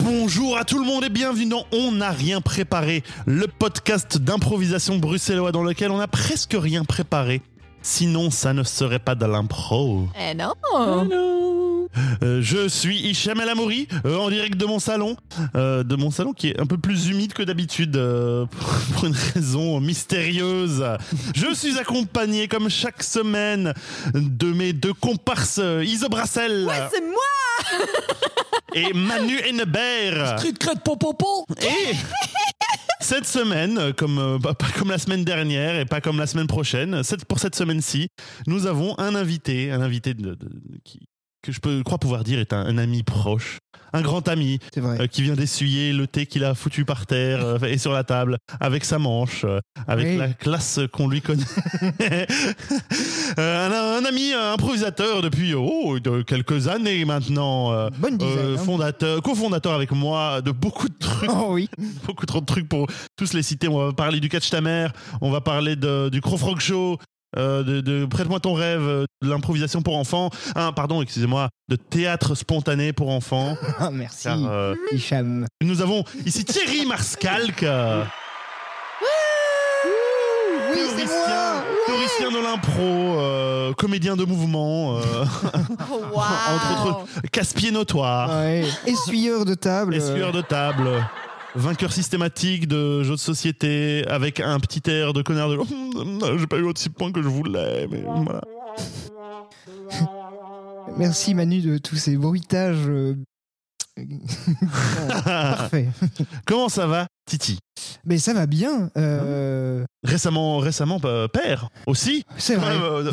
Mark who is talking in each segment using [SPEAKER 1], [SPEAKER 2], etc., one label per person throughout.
[SPEAKER 1] bonjour à tout le monde et bienvenue dans On n'a rien préparé, le podcast d'improvisation bruxellois dans lequel on n'a presque rien préparé. Sinon, ça ne serait pas de l'impro.
[SPEAKER 2] Eh non
[SPEAKER 1] Euh, je suis Hicham El Amouri, euh, en direct de mon salon, euh, de mon salon qui est un peu plus humide que d'habitude, euh, pour une raison mystérieuse. Je suis accompagné, comme chaque semaine, de mes deux comparses euh, Iso Brassel
[SPEAKER 2] C'est moi
[SPEAKER 1] et Manu Hennebert.
[SPEAKER 3] Cri de crête, popopo
[SPEAKER 1] Et cette semaine, euh, comme, euh, pas- pas comme la semaine dernière et pas comme la semaine prochaine, cette- pour cette semaine-ci, nous avons un invité, un invité de- de- de- qui- que je peux, crois pouvoir dire est un, un ami proche, un grand ami
[SPEAKER 4] C'est vrai.
[SPEAKER 1] euh, qui vient d'essuyer le thé qu'il a foutu par terre euh, et sur la table avec sa manche, euh, avec
[SPEAKER 4] Oui.
[SPEAKER 1] la classe qu'on lui connaît. Euh, un, un ami euh, improvisateur depuis oh, de quelques années maintenant. euh,
[SPEAKER 4] Bonne design.
[SPEAKER 1] euh,
[SPEAKER 4] hein.
[SPEAKER 1] fondateur, cofondateur avec moi de beaucoup de trucs
[SPEAKER 4] Oh oui.
[SPEAKER 1] beaucoup trop de trucs pour tous les citer. On va parler du catch ta mère, on va parler de- du Crofrog Show, euh, de, de Prête-moi ton rêve, euh, de l'improvisation pour enfants, ah, pardon, excusez-moi, de théâtre spontané pour enfants.
[SPEAKER 4] Ah, merci,
[SPEAKER 1] Car, euh,
[SPEAKER 4] Hicham.
[SPEAKER 1] nous avons ici Thierry Marscalc. euh,
[SPEAKER 4] Oui, c'est
[SPEAKER 1] théoricien,
[SPEAKER 4] moi
[SPEAKER 1] théoricien de l'impro, euh, comédien de mouvement, euh,
[SPEAKER 2] oh, wow.
[SPEAKER 1] Entre casse-pied notoire,
[SPEAKER 4] Ouais. Essuyeur de table.
[SPEAKER 1] essueur Ah. de table. Vainqueur systématique de jeux de société avec un petit air de connard de Oh, j'ai pas eu aussi de points que je voulais mais voilà.
[SPEAKER 4] Merci Manu de tous ces bruitages. euh,
[SPEAKER 1] Ah.
[SPEAKER 4] Parfait.
[SPEAKER 1] Comment ça va, Titi
[SPEAKER 4] Mais ça va bien. euh,
[SPEAKER 1] Récemment, récemment, euh, père aussi.
[SPEAKER 4] C'est vrai.
[SPEAKER 1] Euh, euh,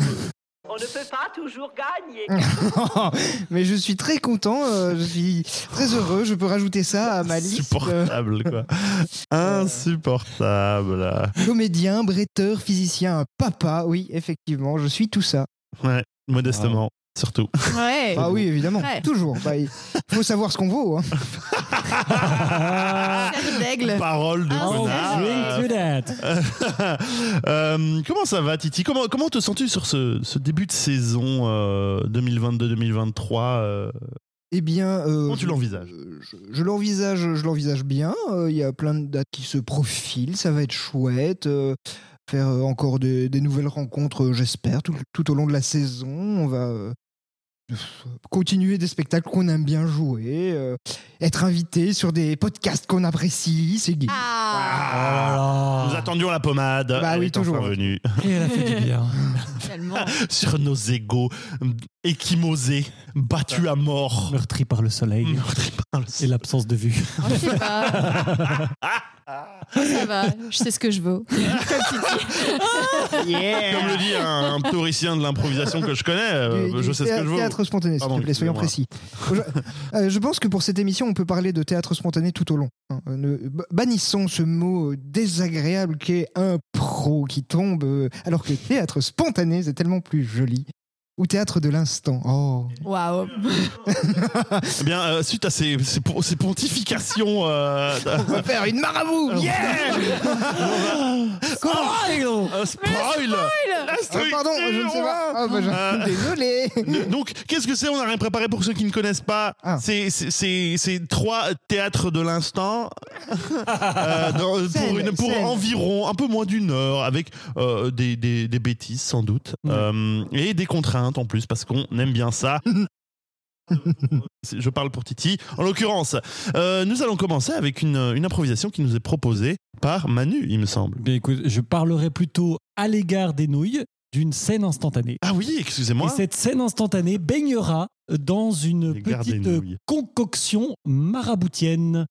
[SPEAKER 5] On ne peut pas toujours gagner.
[SPEAKER 2] Mmh.
[SPEAKER 1] Ah, bah.
[SPEAKER 4] Mais je suis très content. euh, je suis très heureux. Je peux rajouter ça à ma liste. euh,
[SPEAKER 1] insupportable quoi. Insupportable.
[SPEAKER 4] comédien, bretteur, physicien, un papa. Oui, effectivement, je suis tout ça.
[SPEAKER 1] Ouais, modestement. Surtout.
[SPEAKER 2] Ouais.
[SPEAKER 4] Ah oui, évidemment.
[SPEAKER 2] Ouais.
[SPEAKER 4] Toujours. Bah, il faut savoir ce qu'on vaut. hein.
[SPEAKER 2] Serge d'aigle.
[SPEAKER 1] Parole de
[SPEAKER 2] Ah,
[SPEAKER 3] Oh,
[SPEAKER 1] connard.
[SPEAKER 3] drink to that
[SPEAKER 1] Euh, comment ça va, Titi comment, comment te sens-tu sur ce, ce début de saison euh, 2022-2023 euh,
[SPEAKER 4] Eh bien. euh,
[SPEAKER 1] Comment tu l'envisages
[SPEAKER 4] Euh, je, je l'envisage, je l'envisage bien. Euh, Il y a plein de dates qui se profilent. Ça va être chouette. Euh, faire euh, encore des, des nouvelles rencontres, euh, j'espère, tout, tout au long de la saison. On va euh, pff, continuer des spectacles qu'on aime bien jouer. euh, être invité sur des podcasts qu'on apprécie. C'est gay.
[SPEAKER 2] Ah,
[SPEAKER 3] Ah
[SPEAKER 1] Nous
[SPEAKER 3] là là
[SPEAKER 1] attendions la pommade.
[SPEAKER 4] Bah
[SPEAKER 1] Elle
[SPEAKER 4] oui,
[SPEAKER 1] est
[SPEAKER 4] toujours.
[SPEAKER 1] Enfin venue.
[SPEAKER 3] Et elle a fait du bien
[SPEAKER 2] bah. tellement.
[SPEAKER 1] Sur nos égaux, échimosés, battus à mort.
[SPEAKER 3] Meurtri par le soleil
[SPEAKER 1] Meurtris par le
[SPEAKER 3] et l'absence de vue
[SPEAKER 2] Oh, je sais pas. Oh, ça va, je sais ce que je vaux.
[SPEAKER 1] Comme le dit un, un théoricien de l'improvisation que je connais, euh,
[SPEAKER 4] Du- du
[SPEAKER 1] je sais ce
[SPEAKER 4] thé-
[SPEAKER 1] que je veux.
[SPEAKER 4] Théâtre spontané, s'il
[SPEAKER 1] Pardon,
[SPEAKER 4] te plaît, soyons précis. Je, euh, je pense que pour cette émission, on peut parler de théâtre spontané tout au long. hein. Euh, ne- b- bannissons ce mot euh, désagréable qu'est un pro qui tombe, euh, alors que théâtre spontané, c'est tellement plus joli. Ou théâtre de l'instant. Oh.
[SPEAKER 2] Waouh.
[SPEAKER 1] Eh bien, euh, suite à ces, ces, pon- ces pontifications, euh,
[SPEAKER 4] On va faire une marabout Yeah
[SPEAKER 1] un spoil La
[SPEAKER 4] Ah, Pardon, je ne sais pas. Ah, bah, je-
[SPEAKER 1] Euh.
[SPEAKER 4] Désolé
[SPEAKER 1] Donc, qu'est-ce que c'est On n'a rien préparé pour ceux qui ne connaissent pas.
[SPEAKER 4] Ah.
[SPEAKER 1] C'est- C'est c'est- c'est trois théâtres de l'instant euh, dans- pour,
[SPEAKER 4] Scène,
[SPEAKER 1] une- pour
[SPEAKER 4] scène.
[SPEAKER 1] environ un peu moins d'une heure, avec euh, des, des- des bêtises sans doute
[SPEAKER 3] Ouais.
[SPEAKER 1] Euh, et des contraintes en plus parce qu'on aime bien ça. C'est- Je parle pour Titi. En l'occurrence, euh, nous allons commencer avec une, une improvisation qui nous est proposée par Manu, il me semble.
[SPEAKER 3] Eh Bien écoute, je parlerai plutôt à l'égard des nouilles d'une scène instantanée
[SPEAKER 1] Ah oui,
[SPEAKER 3] et
[SPEAKER 1] excusez-moi.
[SPEAKER 3] cette scène instantanée baignera dans une
[SPEAKER 1] L'égard des
[SPEAKER 3] petite
[SPEAKER 1] nouilles.
[SPEAKER 3] concoction maraboutienne.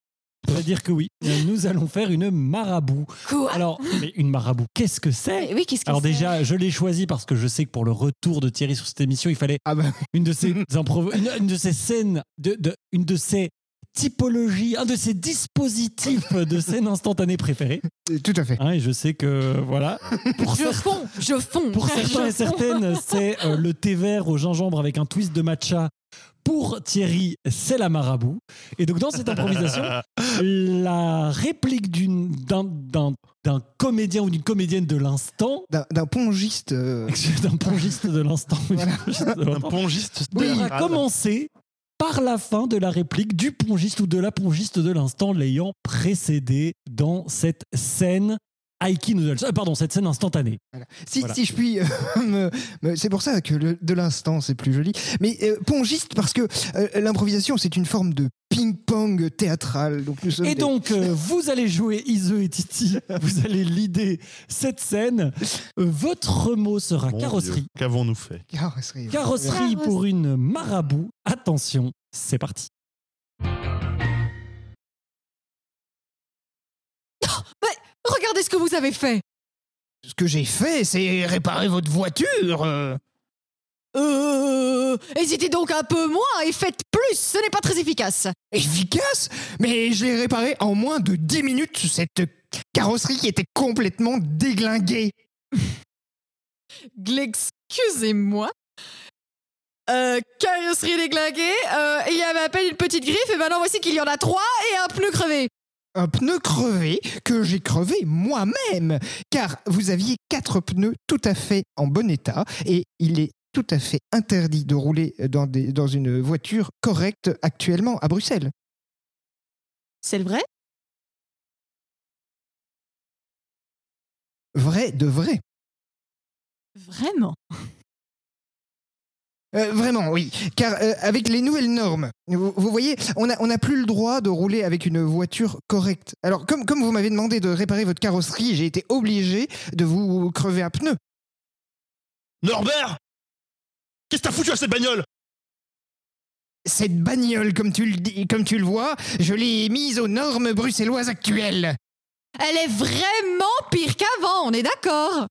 [SPEAKER 3] C'est-à-dire que oui, nous allons faire une marabout.
[SPEAKER 2] Quoi
[SPEAKER 3] Alors, mais une marabout, qu'est-ce que c'est
[SPEAKER 2] Eh Oui, qu'est-ce que
[SPEAKER 3] Alors
[SPEAKER 2] c'est
[SPEAKER 3] déjà, je l'ai choisi parce que je sais que pour le retour de Thierry sur cette émission, il fallait
[SPEAKER 4] Ah bah,
[SPEAKER 3] une de ces improv- une, une de ces scènes, de, de- une de ces typologies, un de ces dispositifs de scènes instantanées préférées.
[SPEAKER 4] euh, tout à fait.
[SPEAKER 3] Hein, et je sais que voilà, pour,
[SPEAKER 2] Je
[SPEAKER 3] cer-
[SPEAKER 2] fonds, je fonds.
[SPEAKER 3] pour certains et
[SPEAKER 2] Je fonds.
[SPEAKER 3] certaines, c'est euh, le thé vert au gingembre avec un twist de matcha. Pour Thierry, c'est la marabout. Et donc dans cette improvisation, la réplique d'une- d'un d'un- d'un comédien ou d'une comédienne de l'instant
[SPEAKER 4] D'un d'un pongiste... euh,
[SPEAKER 3] d'un pongiste de l'instant.
[SPEAKER 4] Voilà.
[SPEAKER 3] Pongiste de
[SPEAKER 1] Un
[SPEAKER 3] l'instant.
[SPEAKER 1] pongiste.
[SPEAKER 3] devra
[SPEAKER 1] théâtral.
[SPEAKER 3] commencer par la fin de la réplique du pongiste ou de la pongiste de l'instant l'ayant précédé dans cette scène. Aiki Noodles. Ah, pardon, cette scène instantanée.
[SPEAKER 4] Voilà. Si,
[SPEAKER 3] Voilà.
[SPEAKER 4] si je puis, euh, me- me- c'est pour ça que le- de l'instant c'est plus joli. Mais euh, pongiste parce que euh, l'improvisation c'est une forme de ping-pong théâtral. Donc nous sommes
[SPEAKER 3] Et
[SPEAKER 4] des-
[SPEAKER 3] donc, euh, vous allez jouer Ise et Titi, vous allez l'idée cette scène. Euh, Votre mot sera
[SPEAKER 1] Mon
[SPEAKER 3] carrosserie.
[SPEAKER 1] Dieu, Qu'avons-nous fait
[SPEAKER 4] Carrosserie.
[SPEAKER 3] Carrosserie
[SPEAKER 2] Carrosse-
[SPEAKER 3] pour une marabout. Attention, c'est parti.
[SPEAKER 2] Regardez ce que vous avez fait.
[SPEAKER 4] Ce que j'ai fait, c'est réparer votre voiture. euh.
[SPEAKER 2] Euh, hésitez donc un peu moins et faites plus, ce n'est pas très efficace.
[SPEAKER 4] Efficace Mais je l'ai réparé en moins de 10 minutes, cette carrosserie qui était complètement déglinguée.
[SPEAKER 2] Excusez-moi. Euh, carrosserie déglinguée, euh, il y avait à peine une petite griffe, et maintenant voici qu'il y en a trois et un pneu crevé.
[SPEAKER 4] Un pneu crevé que j'ai crevé moi-même, car vous aviez quatre pneus tout à fait en bon état et il est tout à fait interdit de rouler dans, des- dans une voiture correcte actuellement à Bruxelles.
[SPEAKER 2] C'est le vrai
[SPEAKER 4] Vrai de vrai.
[SPEAKER 2] Vraiment
[SPEAKER 4] Euh, vraiment, oui. Car euh, avec les nouvelles normes, vous, vous voyez, on n'a on a plus le droit de rouler avec une voiture correcte. Alors, comme, comme vous m'avez demandé de réparer votre carrosserie, j'ai été obligé de vous crever un pneu.
[SPEAKER 1] Norbert Qu'est-ce que t'as foutu à cette bagnole
[SPEAKER 4] Cette bagnole, comme tu le, dis, comme tu le vois, je l'ai mise aux normes bruxelloises actuelles.
[SPEAKER 2] Elle est vraiment pire qu'avant, on est d'accord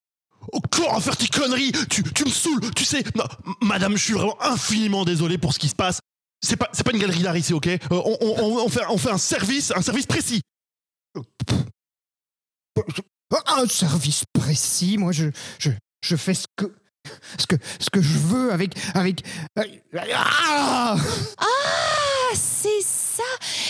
[SPEAKER 1] Encore à faire tes conneries Tu, tu me saoules Tu sais, ma- madame, je suis vraiment infiniment désolé pour ce qui se passe. C'est pas, c'est pas une galerie d'art ici, ok Euh, on, on- on- on fait, on fait un service, un service précis.
[SPEAKER 4] Oh, Un service précis, moi je, je, je fais ce que, ce, que, ce que je veux avec... avec
[SPEAKER 2] Ah,
[SPEAKER 4] Ah
[SPEAKER 2] c'est ça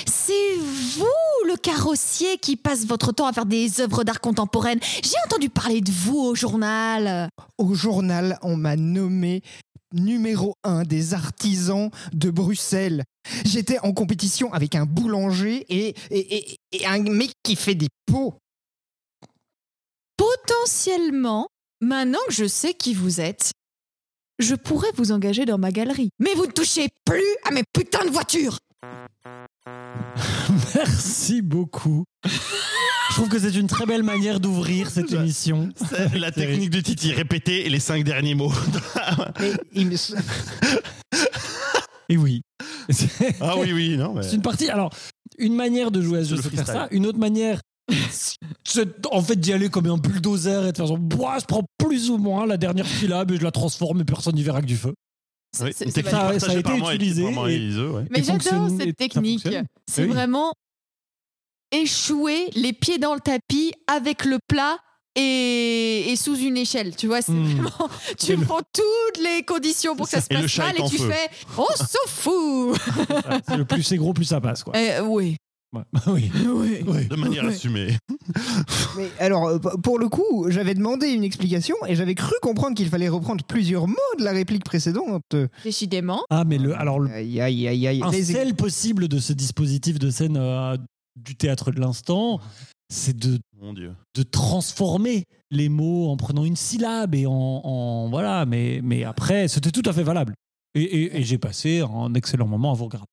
[SPEAKER 2] C'est vous, le carrossier, qui passe votre temps à faire des œuvres d'art contemporaine. J'ai entendu parler de vous au journal.
[SPEAKER 4] Au journal, on m'a nommé numéro un des artisans de Bruxelles. J'étais en compétition avec un boulanger et, et, et- et un mec qui fait des pots.
[SPEAKER 2] Potentiellement, maintenant que je sais qui vous êtes, je pourrais vous engager dans ma galerie. Mais vous ne touchez plus à mes putains de voitures
[SPEAKER 3] Merci beaucoup. Je trouve que c'est une très belle manière d'ouvrir cette émission.
[SPEAKER 1] C'est la technique du Titi, répéter les cinq derniers mots.
[SPEAKER 4] Mais il me s-
[SPEAKER 3] Et oui. C'est
[SPEAKER 1] ah oui, oui, non, mais.
[SPEAKER 3] c'est une partie. Alors, une manière de jouer à ce jeu,
[SPEAKER 1] C'est le
[SPEAKER 3] c'est de faire ça.
[SPEAKER 1] freestyle.
[SPEAKER 3] Une autre manière, c'est en fait d'y aller comme un bulldozer et de faire genre, Boah, je prends plus ou moins la dernière syllabe et je la transforme et personne n'y verra que du feu.
[SPEAKER 1] Oui,
[SPEAKER 2] C'est-
[SPEAKER 1] une
[SPEAKER 2] c'est
[SPEAKER 1] technique
[SPEAKER 3] ça, ça a
[SPEAKER 1] partagée
[SPEAKER 3] été
[SPEAKER 1] par moi et-
[SPEAKER 3] utilisé
[SPEAKER 1] par moi et
[SPEAKER 3] et-
[SPEAKER 1] Iso, ouais.
[SPEAKER 2] Mais
[SPEAKER 3] Et
[SPEAKER 2] j'adore
[SPEAKER 3] fonctionne- et
[SPEAKER 2] cette
[SPEAKER 3] ça
[SPEAKER 2] technique.
[SPEAKER 3] fonctionne.
[SPEAKER 2] C'est
[SPEAKER 3] Eh oui.
[SPEAKER 2] vraiment échouer les pieds dans le tapis avec le plat et, et sous une échelle. Tu vois, c'est
[SPEAKER 3] Hmm.
[SPEAKER 2] vraiment. Tu
[SPEAKER 3] Et le-
[SPEAKER 2] prends toutes les conditions pour que ça se
[SPEAKER 1] Et le
[SPEAKER 2] passe
[SPEAKER 1] chat
[SPEAKER 2] mal
[SPEAKER 1] est
[SPEAKER 2] et
[SPEAKER 1] en
[SPEAKER 2] tu
[SPEAKER 1] feu.
[SPEAKER 2] fais on s'en fout.
[SPEAKER 3] C'est le plus c'est gros, plus ça passe. Quoi.
[SPEAKER 2] Eh, oui,
[SPEAKER 3] Ouais. Oui.
[SPEAKER 2] oui.
[SPEAKER 3] Oui.
[SPEAKER 1] De manière
[SPEAKER 2] Ouais.
[SPEAKER 1] assumée.
[SPEAKER 4] Mais alors, euh, pour le coup, j'avais demandé une explication et j'avais cru comprendre qu'il fallait reprendre plusieurs mots de la réplique précédente.
[SPEAKER 2] Décidément.
[SPEAKER 3] Ah, mais le, alors, le,
[SPEAKER 4] Aïe, aïe, aïe, aïe.
[SPEAKER 3] un
[SPEAKER 4] Euh, Les-
[SPEAKER 3] seul possible de ce dispositif de scène euh, du théâtre de l'instant, c'est de
[SPEAKER 1] Mon Dieu.
[SPEAKER 3] de transformer les mots en prenant une syllabe et en, en- voilà mais mais après c'était tout à fait valable et, et- et j'ai passé un excellent moment à vous regarder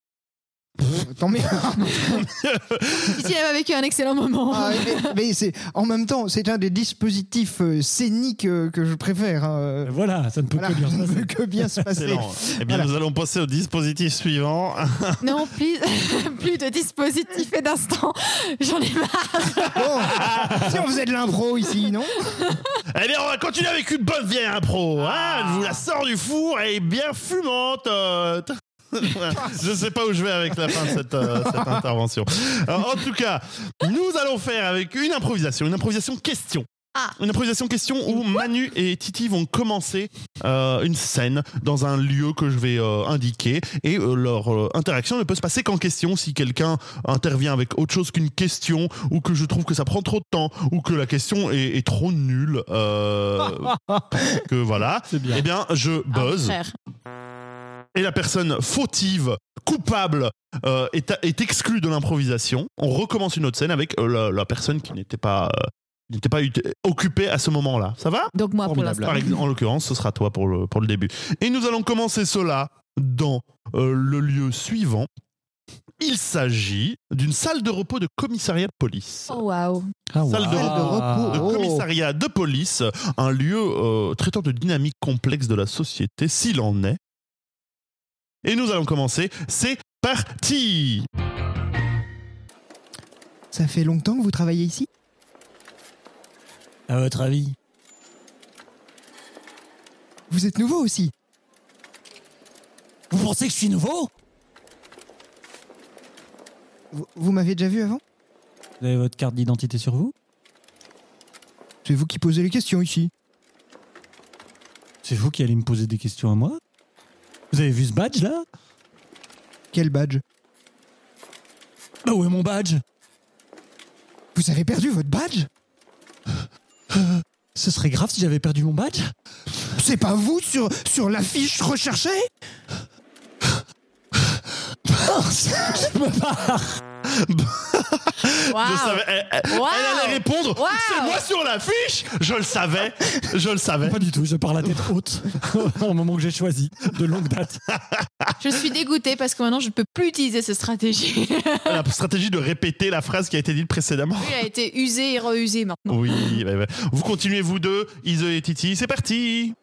[SPEAKER 4] Tant mieux.
[SPEAKER 2] Ici, elle a vécu un excellent moment.
[SPEAKER 4] Ah, mais, mais c'est en même temps, c'est un des dispositifs euh, scéniques euh, que je préfère. hein.
[SPEAKER 3] Euh, voilà ça ne peut
[SPEAKER 4] Voilà,
[SPEAKER 3] que bien se
[SPEAKER 4] ne
[SPEAKER 3] passer
[SPEAKER 4] peut que bien se passer.
[SPEAKER 1] Excellent. Eh bien,
[SPEAKER 4] Voilà.
[SPEAKER 1] nous allons passer au dispositif suivant.
[SPEAKER 2] Non, plus, plus de dispositifs et d'instants. J'en ai marre.
[SPEAKER 4] Bon, si on faisait de l'impro ici, non
[SPEAKER 1] Eh bien, on va continuer avec une bonne vieille impro. hein. je vous la sors du four et bien fumante. euh, t- je sais pas où je vais avec la fin de cette, euh, cette intervention. Euh, en tout cas, nous allons faire avec une improvisation, une improvisation question.
[SPEAKER 2] Ah.
[SPEAKER 1] Une improvisation question où Manu et Titi vont commencer euh, une scène dans un lieu que je vais euh, indiquer et euh, leur euh, interaction ne peut se passer qu'en question si quelqu'un intervient avec autre chose qu'une question ou que je trouve que ça prend trop de temps ou que la question est, est trop nulle euh, que voilà
[SPEAKER 3] c'est bien
[SPEAKER 1] eh bien je buzz
[SPEAKER 2] Frère.
[SPEAKER 1] et la personne fautive, coupable, euh, est, est exclue de l'improvisation. On recommence une autre scène avec euh, la, la personne qui n'était pas, euh, qui n'était pas ut- occupée à ce moment-là. Ça va
[SPEAKER 2] Donc moi, pour
[SPEAKER 3] Formidable.
[SPEAKER 2] l'instant.
[SPEAKER 1] Par exemple, en l'occurrence, ce sera toi pour le, pour le début. Et nous allons commencer cela dans euh, le lieu suivant. Il s'agit d'une salle de repos de commissariat de police.
[SPEAKER 2] Oh, waouh.
[SPEAKER 3] Ah,
[SPEAKER 1] Salle de
[SPEAKER 3] waouh.
[SPEAKER 1] Le
[SPEAKER 4] repos. Oh.
[SPEAKER 1] commissariat de police, un lieu euh, traitant de dynamique complexe de la société, s'il en est. Et nous allons commencer. C'est parti
[SPEAKER 4] Ça fait longtemps que vous travaillez ici
[SPEAKER 3] À votre avis
[SPEAKER 4] Vous êtes nouveau aussi
[SPEAKER 3] Vous pensez que je suis nouveau
[SPEAKER 4] Vous, vous m'avez déjà vu avant
[SPEAKER 3] Vous avez votre carte d'identité sur vous
[SPEAKER 4] C'est vous qui posez les questions ici.
[SPEAKER 3] C'est vous qui allez me poser des questions à moi Vous avez vu ce badge là
[SPEAKER 4] Quel badge
[SPEAKER 3] Bah où est mon badge
[SPEAKER 4] Vous avez perdu votre badge
[SPEAKER 3] Ce serait grave si j'avais perdu mon badge
[SPEAKER 4] C'est pas vous sur, sur l'affiche recherchée
[SPEAKER 3] Je me barre
[SPEAKER 1] Je
[SPEAKER 2] Waouh.
[SPEAKER 1] savais- elle, elle-
[SPEAKER 2] Wow.
[SPEAKER 1] elle allait répondre
[SPEAKER 2] Ah. Wow.
[SPEAKER 1] C'est moi sur l'affiche Je le savais Je le savais
[SPEAKER 3] Pas du tout, je pars la tête haute au moment que j'ai choisi, de longue date.
[SPEAKER 2] Je suis dégoûtée parce que maintenant, je ne peux plus utiliser cette stratégie.
[SPEAKER 1] La stratégie de répéter la phrase qui a été dite précédemment.
[SPEAKER 2] Elle a été usée et reusée maintenant.
[SPEAKER 1] Oui, bah, bah. vous continuez vous deux, Ise et Titi, c'est parti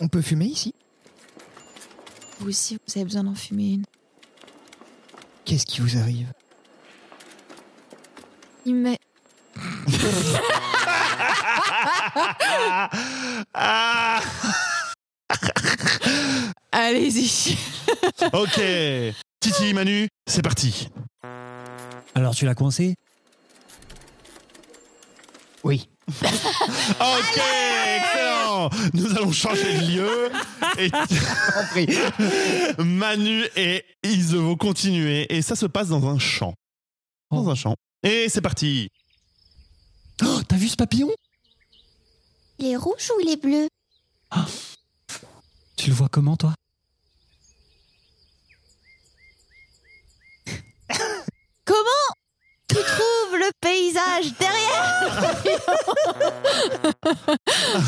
[SPEAKER 4] On peut fumer ici
[SPEAKER 2] Vous aussi, vous avez besoin d'en fumer une.
[SPEAKER 4] Qu'est-ce qui vous arrive
[SPEAKER 2] Il m'a-
[SPEAKER 1] Ah Ah
[SPEAKER 2] Allez-y.
[SPEAKER 1] Ok Titi, Manu, c'est parti
[SPEAKER 3] Alors tu l'as coincé
[SPEAKER 4] Oui.
[SPEAKER 1] Ok, excellent Nous allons changer de lieu et Manu et Ise vont continuer et ça se passe dans un champ. Dans un champ. Et c'est parti
[SPEAKER 3] Oh, t'as vu ce papillon
[SPEAKER 6] Il est rouge ou il est bleu
[SPEAKER 3] Ah. Tu le vois comment toi
[SPEAKER 6] Comment tu trouves le paysage derrière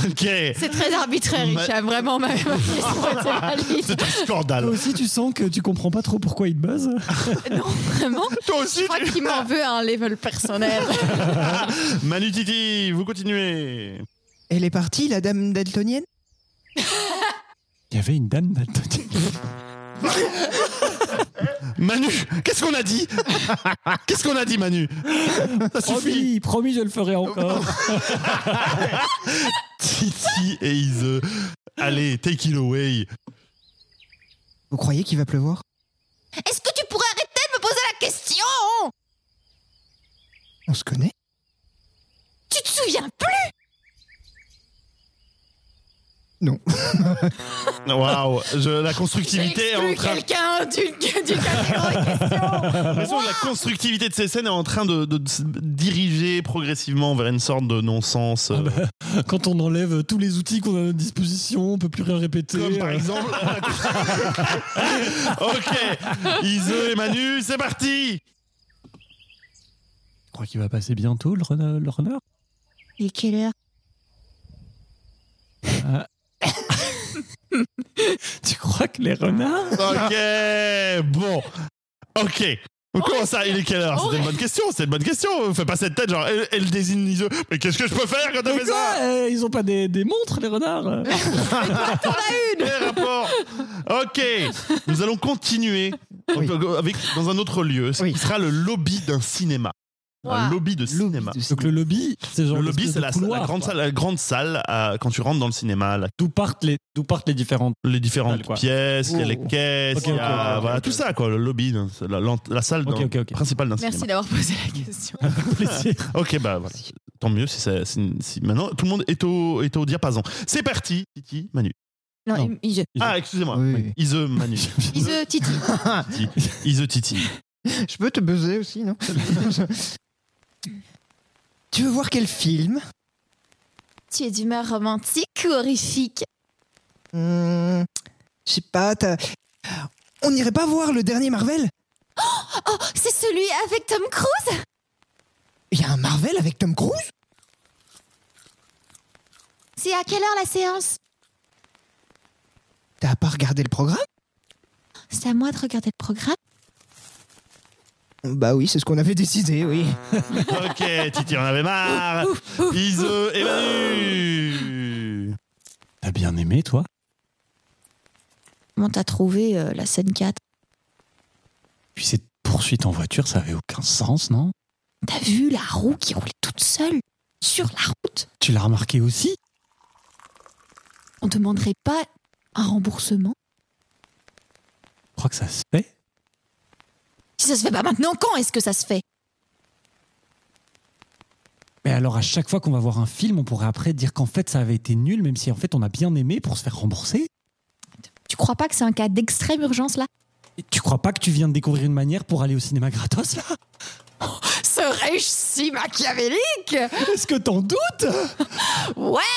[SPEAKER 1] Ok
[SPEAKER 2] C'est très arbitraire,
[SPEAKER 1] Ma-
[SPEAKER 2] Richard. Vraiment, ma, ma question était valide.
[SPEAKER 1] C'est un
[SPEAKER 3] Toi
[SPEAKER 1] scandale
[SPEAKER 3] aussi tu sens que tu comprends pas trop pourquoi il te buzz
[SPEAKER 2] Non, vraiment.
[SPEAKER 1] Toi aussi
[SPEAKER 2] Je crois
[SPEAKER 1] tu-
[SPEAKER 2] qu'il m'en veut à un level personnel.
[SPEAKER 1] Manu, Titi, vous continuez
[SPEAKER 4] Elle est partie, la dame daltonienne
[SPEAKER 3] Il y avait une dame daltonienne.
[SPEAKER 1] Manu, qu'est-ce qu'on a dit Qu'est-ce qu'on a dit, Manu Ça suffit
[SPEAKER 3] Promis, promis, je le ferai encore.
[SPEAKER 1] Titi et Ise. Allez, take it away.
[SPEAKER 4] Vous croyez qu'il va pleuvoir
[SPEAKER 6] Est-ce que tu pourrais arrêter de me poser la question
[SPEAKER 4] On se connaît
[SPEAKER 6] Tu te souviens plus
[SPEAKER 1] Waouh, je- la
[SPEAKER 2] J'ai
[SPEAKER 1] constructivité est en
[SPEAKER 2] exclu
[SPEAKER 1] train.
[SPEAKER 2] quelqu'un d'une d'une catégorie.
[SPEAKER 1] j'ai l'impression que la constructivité de ces scènes est en train de, de- de se diriger progressivement vers une sorte de non-sens. euh,
[SPEAKER 3] Quand on enlève tous les outils qu'on a à notre disposition, on peut plus rien répéter.
[SPEAKER 1] Comme par
[SPEAKER 3] Euh,
[SPEAKER 1] exemple. ok, Ise et Manu, c'est parti
[SPEAKER 3] Je crois qu'il va passer bientôt le, rena- le renard.
[SPEAKER 6] Il est quelle heure
[SPEAKER 3] Tu crois que les renards
[SPEAKER 1] Ok, bon. Ok. Comment ça, il est quelle heure C'était une bonne question, c'était une bonne question. Fais pas cette tête, genre, elle, elle désigne Ise. Mais qu'est-ce que je peux faire quand t'as
[SPEAKER 3] Mais
[SPEAKER 1] fait ça
[SPEAKER 3] quoi euh, Ils ont pas des, des montres les renards
[SPEAKER 1] Les rapports. Ok, nous allons continuer
[SPEAKER 4] Oui.
[SPEAKER 1] Donc, avec, dans un autre lieu, ce
[SPEAKER 4] Oui.
[SPEAKER 1] qui sera le lobby d'un cinéma. Un
[SPEAKER 2] Wow.
[SPEAKER 1] lobby de cinéma.
[SPEAKER 4] Lobby de
[SPEAKER 3] Donc le lobby, c'est genre
[SPEAKER 1] Le lobby,
[SPEAKER 3] l'espèce
[SPEAKER 1] c'est
[SPEAKER 3] de
[SPEAKER 1] la,
[SPEAKER 3] couloir,
[SPEAKER 1] la grande
[SPEAKER 3] quoi.
[SPEAKER 1] salle, la grande salle euh, quand tu rentres dans le cinéma, là,
[SPEAKER 3] D'où partent les d'où partent les différentes.
[SPEAKER 1] les différentes
[SPEAKER 3] Dalle, quoi.
[SPEAKER 1] pièces, il y a les
[SPEAKER 4] Oh.
[SPEAKER 1] caisses,
[SPEAKER 3] Ok,
[SPEAKER 1] il y
[SPEAKER 3] ok,
[SPEAKER 1] a,
[SPEAKER 3] ok, ok,
[SPEAKER 1] voilà,
[SPEAKER 3] ok.
[SPEAKER 1] tout ça, quoi, le lobby, dans- c'est la, la- la salle
[SPEAKER 3] Ok,
[SPEAKER 1] d'un-
[SPEAKER 3] ok, ok.
[SPEAKER 1] principale d'un
[SPEAKER 2] Merci
[SPEAKER 1] cinéma.
[SPEAKER 2] d'avoir posé la question.
[SPEAKER 3] Plaisir.
[SPEAKER 1] Ok, bah voilà. Tant mieux si, ça, si, si- maintenant tout le monde est au, est au diapason. C'est parti, Titi, Manu.
[SPEAKER 2] Non,
[SPEAKER 3] Non.
[SPEAKER 2] il- il-
[SPEAKER 1] Ah, excusez-moi.
[SPEAKER 4] Oui.
[SPEAKER 1] Ise, Manu.
[SPEAKER 2] Ise, Titi.
[SPEAKER 1] Titi. Ise, Titi.
[SPEAKER 4] Je peux te buzzer aussi, non Tu veux voir quel film
[SPEAKER 2] Tu es d'humeur romantique ou horrifique
[SPEAKER 4] Hmm, Je sais pas, t'as- On n'irait pas voir le dernier Marvel
[SPEAKER 6] Oh, c'est celui avec Tom Cruise
[SPEAKER 4] Il y a un Marvel avec Tom Cruise
[SPEAKER 6] C'est à quelle heure la séance
[SPEAKER 4] T'as pas regardé le programme
[SPEAKER 6] C'est à moi de regarder le programme.
[SPEAKER 4] Bah oui, c'est ce qu'on avait décidé, oui.
[SPEAKER 1] Ah. Ok, Titi en avait marre. Ise et Manu.
[SPEAKER 3] T'as bien aimé, toi
[SPEAKER 2] Comment t'as trouvé euh, la scène 4
[SPEAKER 3] Puis cette poursuite en voiture, ça avait aucun sens, non
[SPEAKER 2] T'as vu la roue qui roulait toute seule sur la route
[SPEAKER 3] Tu l'as remarqué aussi
[SPEAKER 2] On demanderait pas un remboursement
[SPEAKER 3] Je crois que ça se fait.
[SPEAKER 2] Si ça se fait pas maintenant, quand est-ce que ça se fait
[SPEAKER 3] Mais alors, à chaque fois qu'on va voir un film, on pourrait après dire qu'en fait, ça avait été nul, même si en fait, on a bien aimé pour se faire rembourser.
[SPEAKER 2] Tu crois pas que c'est un cas d'extrême urgence là
[SPEAKER 3] Et tu crois pas que tu viens de découvrir une manière pour aller au cinéma gratos, là
[SPEAKER 2] Serais-je si machiavélique
[SPEAKER 3] Est-ce que t'en doutes
[SPEAKER 2] Ouais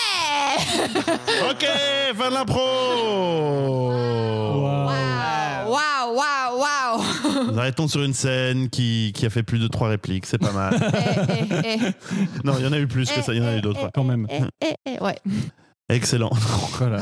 [SPEAKER 1] Ok, fin de l'impro.
[SPEAKER 2] Waouh, waouh, waouh
[SPEAKER 1] Nous arrêtons sur une scène qui, qui a fait plus de trois répliques, c'est pas mal.
[SPEAKER 2] Eh, eh, eh.
[SPEAKER 1] Non, il y en a eu plus que ça, il y en a eu d'autres. ouais.
[SPEAKER 3] Quand même.
[SPEAKER 2] Eh, eh, eh, ouais.
[SPEAKER 1] Excellent.
[SPEAKER 3] Voilà.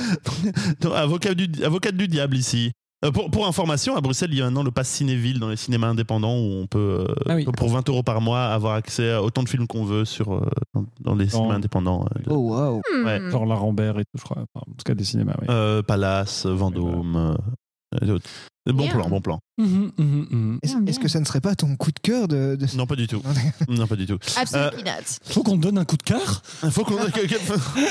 [SPEAKER 1] Non, avocat du, avocate du diable ici. Euh, pour, pour information, à Bruxelles, il y a maintenant le pass Cinéville dans les cinémas indépendants où on peut, euh,
[SPEAKER 3] Ah oui.
[SPEAKER 1] pour 20 euros par mois, avoir accès à autant de films qu'on veut sur, euh, dans, dans les cinémas indépendants. euh, de-
[SPEAKER 4] Oh waouh.
[SPEAKER 1] Ouais.
[SPEAKER 2] Hmm.
[SPEAKER 7] Genre la Rambert et tout, je crois. Enfin, en tout cas, des cinémas, oui.
[SPEAKER 1] Euh, Palace, Vendôme. euh, les autres. Bon
[SPEAKER 2] Bien.
[SPEAKER 1] plan, bon plan.
[SPEAKER 3] Mhm, mhm, mhm.
[SPEAKER 4] Est-ce
[SPEAKER 2] Bien, bien.
[SPEAKER 4] est-ce que ça ne serait pas ton coup de cœur de, de-
[SPEAKER 1] Non, pas du tout. Non, pas du tout.
[SPEAKER 2] Absolument
[SPEAKER 1] Euh,
[SPEAKER 2] peanuts.
[SPEAKER 3] Faut qu'on te donne un coup de cœur
[SPEAKER 1] Faut qu'on. que- que-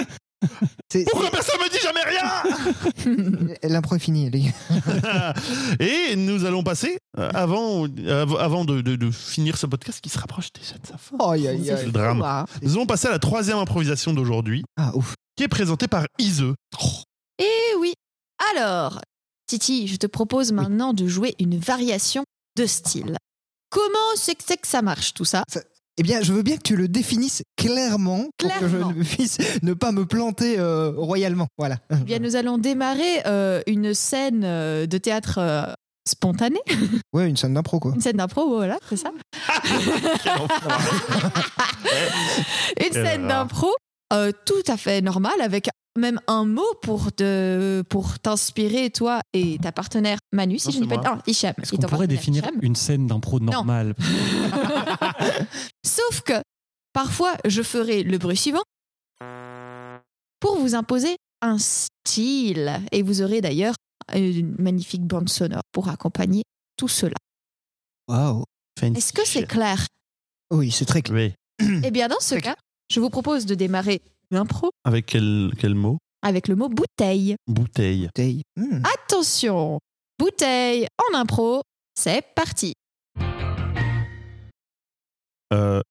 [SPEAKER 4] C'est-
[SPEAKER 1] Pourquoi personne me dit jamais rien
[SPEAKER 4] L'impro est finie, les gars.
[SPEAKER 1] Et nous allons passer, euh, avant, av- avant de, de- de finir ce podcast qui se rapproche déjà de sa fin.
[SPEAKER 2] Oh,
[SPEAKER 4] Aïe, aïe,
[SPEAKER 1] C'est
[SPEAKER 4] aïe.
[SPEAKER 1] le drame.
[SPEAKER 2] Ouah.
[SPEAKER 1] Nous allons passer à la troisième improvisation d'aujourd'hui,
[SPEAKER 4] Ah ouf.
[SPEAKER 1] qui est présentée par Ise.
[SPEAKER 2] Eh oui. Alors, Titi, je te propose maintenant de jouer une variation de style. Comment c'est que, c'est que ça marche tout ça
[SPEAKER 4] Eh bien, je veux bien que tu le définisses clairement pour
[SPEAKER 2] Clairement.
[SPEAKER 4] que je ne puisse ne pas me planter euh, royalement. Voilà.
[SPEAKER 2] Eh Bien, nous allons démarrer euh, une scène euh, de théâtre euh, spontanée,
[SPEAKER 4] Ouais, une scène d'impro, quoi.
[SPEAKER 2] une scène d'impro, voilà, c'est ça. Une
[SPEAKER 1] Quelle
[SPEAKER 2] scène
[SPEAKER 1] horreur.
[SPEAKER 2] d'impro euh, tout à fait normale, avec même un mot pour te, pour t'inspirer toi et ta partenaire Manu, si
[SPEAKER 1] Non,
[SPEAKER 2] je ne dis
[SPEAKER 1] c'est
[SPEAKER 2] pas de-
[SPEAKER 1] moi.
[SPEAKER 2] non, Hicham.
[SPEAKER 3] Est-ce
[SPEAKER 2] Et
[SPEAKER 3] qu'on
[SPEAKER 2] ton
[SPEAKER 3] pourrait
[SPEAKER 2] partenaire
[SPEAKER 3] définir
[SPEAKER 2] Hicham.
[SPEAKER 3] une scène d'impro normale
[SPEAKER 2] Sauf que parfois, je ferai le bruit suivant pour vous imposer un style. Et vous aurez d'ailleurs une magnifique bande sonore pour accompagner tout cela.
[SPEAKER 4] Waouh.
[SPEAKER 2] Est-ce que c'est clair
[SPEAKER 4] Oui, c'est très clair.
[SPEAKER 1] Oui.
[SPEAKER 2] Eh bien, dans ce
[SPEAKER 4] Très
[SPEAKER 2] cas, je vous propose de démarrer l'impro
[SPEAKER 1] Avec quel, quel mot
[SPEAKER 2] avec le mot bouteille.
[SPEAKER 1] Bouteille.
[SPEAKER 4] Bouteille. Hmm.
[SPEAKER 2] Attention Bouteille en impro, c'est parti
[SPEAKER 1] Euh,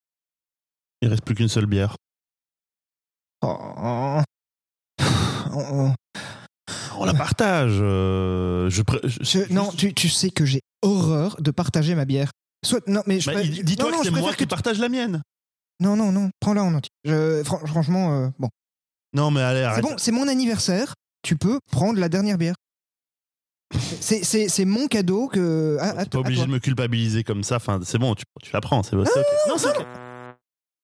[SPEAKER 1] il reste plus qu'une seule bière.
[SPEAKER 4] Oh. Pff, oh, oh.
[SPEAKER 1] On la partage. euh, je pré- je-
[SPEAKER 4] Je- non, tu, tu sais que j'ai horreur de partager ma bière. Soit, non, mais je.
[SPEAKER 1] Bah,
[SPEAKER 4] pré-
[SPEAKER 1] il- Dis-toi
[SPEAKER 4] non, non,
[SPEAKER 1] que
[SPEAKER 4] je
[SPEAKER 1] c'est
[SPEAKER 4] préfère
[SPEAKER 1] moi qui
[SPEAKER 4] que tu-
[SPEAKER 1] partage la mienne.
[SPEAKER 4] Non, non, non, prends-la en entier. Je- fran- franchement, euh, bon.
[SPEAKER 1] Non, mais allez,
[SPEAKER 4] C'est
[SPEAKER 1] arrête.
[SPEAKER 4] bon, c'est mon anniversaire. Tu peux prendre la dernière bière. C'est- C'est c'est mon cadeau que. Ah, à-
[SPEAKER 1] Bah, T'es pas
[SPEAKER 4] à
[SPEAKER 1] obligé
[SPEAKER 4] toi. Ah,
[SPEAKER 1] de me culpabiliser comme ça. Enfin, c'est bon, tu, tu la prends. C'est c'est ok. Non, c'est ok.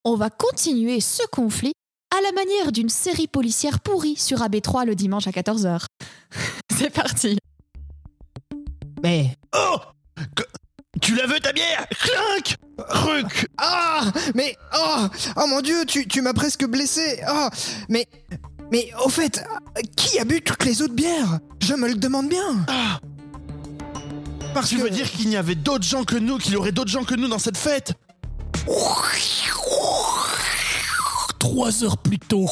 [SPEAKER 2] On va continuer ce conflit à la manière d'une série policière pourrie sur AB3 le dimanche à 14h. c'est parti
[SPEAKER 4] Mais.
[SPEAKER 1] Oh Que- Tu la veux ta bière Clinque Truc
[SPEAKER 4] Ah Mais. Oh Oh mon dieu, tu, tu m'as presque blessé Oh Mais. Mais au fait, qui a bu toutes les autres bières Je me le demande bien
[SPEAKER 1] Ah.
[SPEAKER 4] Parce
[SPEAKER 1] Tu
[SPEAKER 4] que.
[SPEAKER 1] veux dire qu'il n'y avait d'autres gens que nous, qu'il y aurait d'autres gens que nous dans cette fête
[SPEAKER 3] Trois heures plus tôt.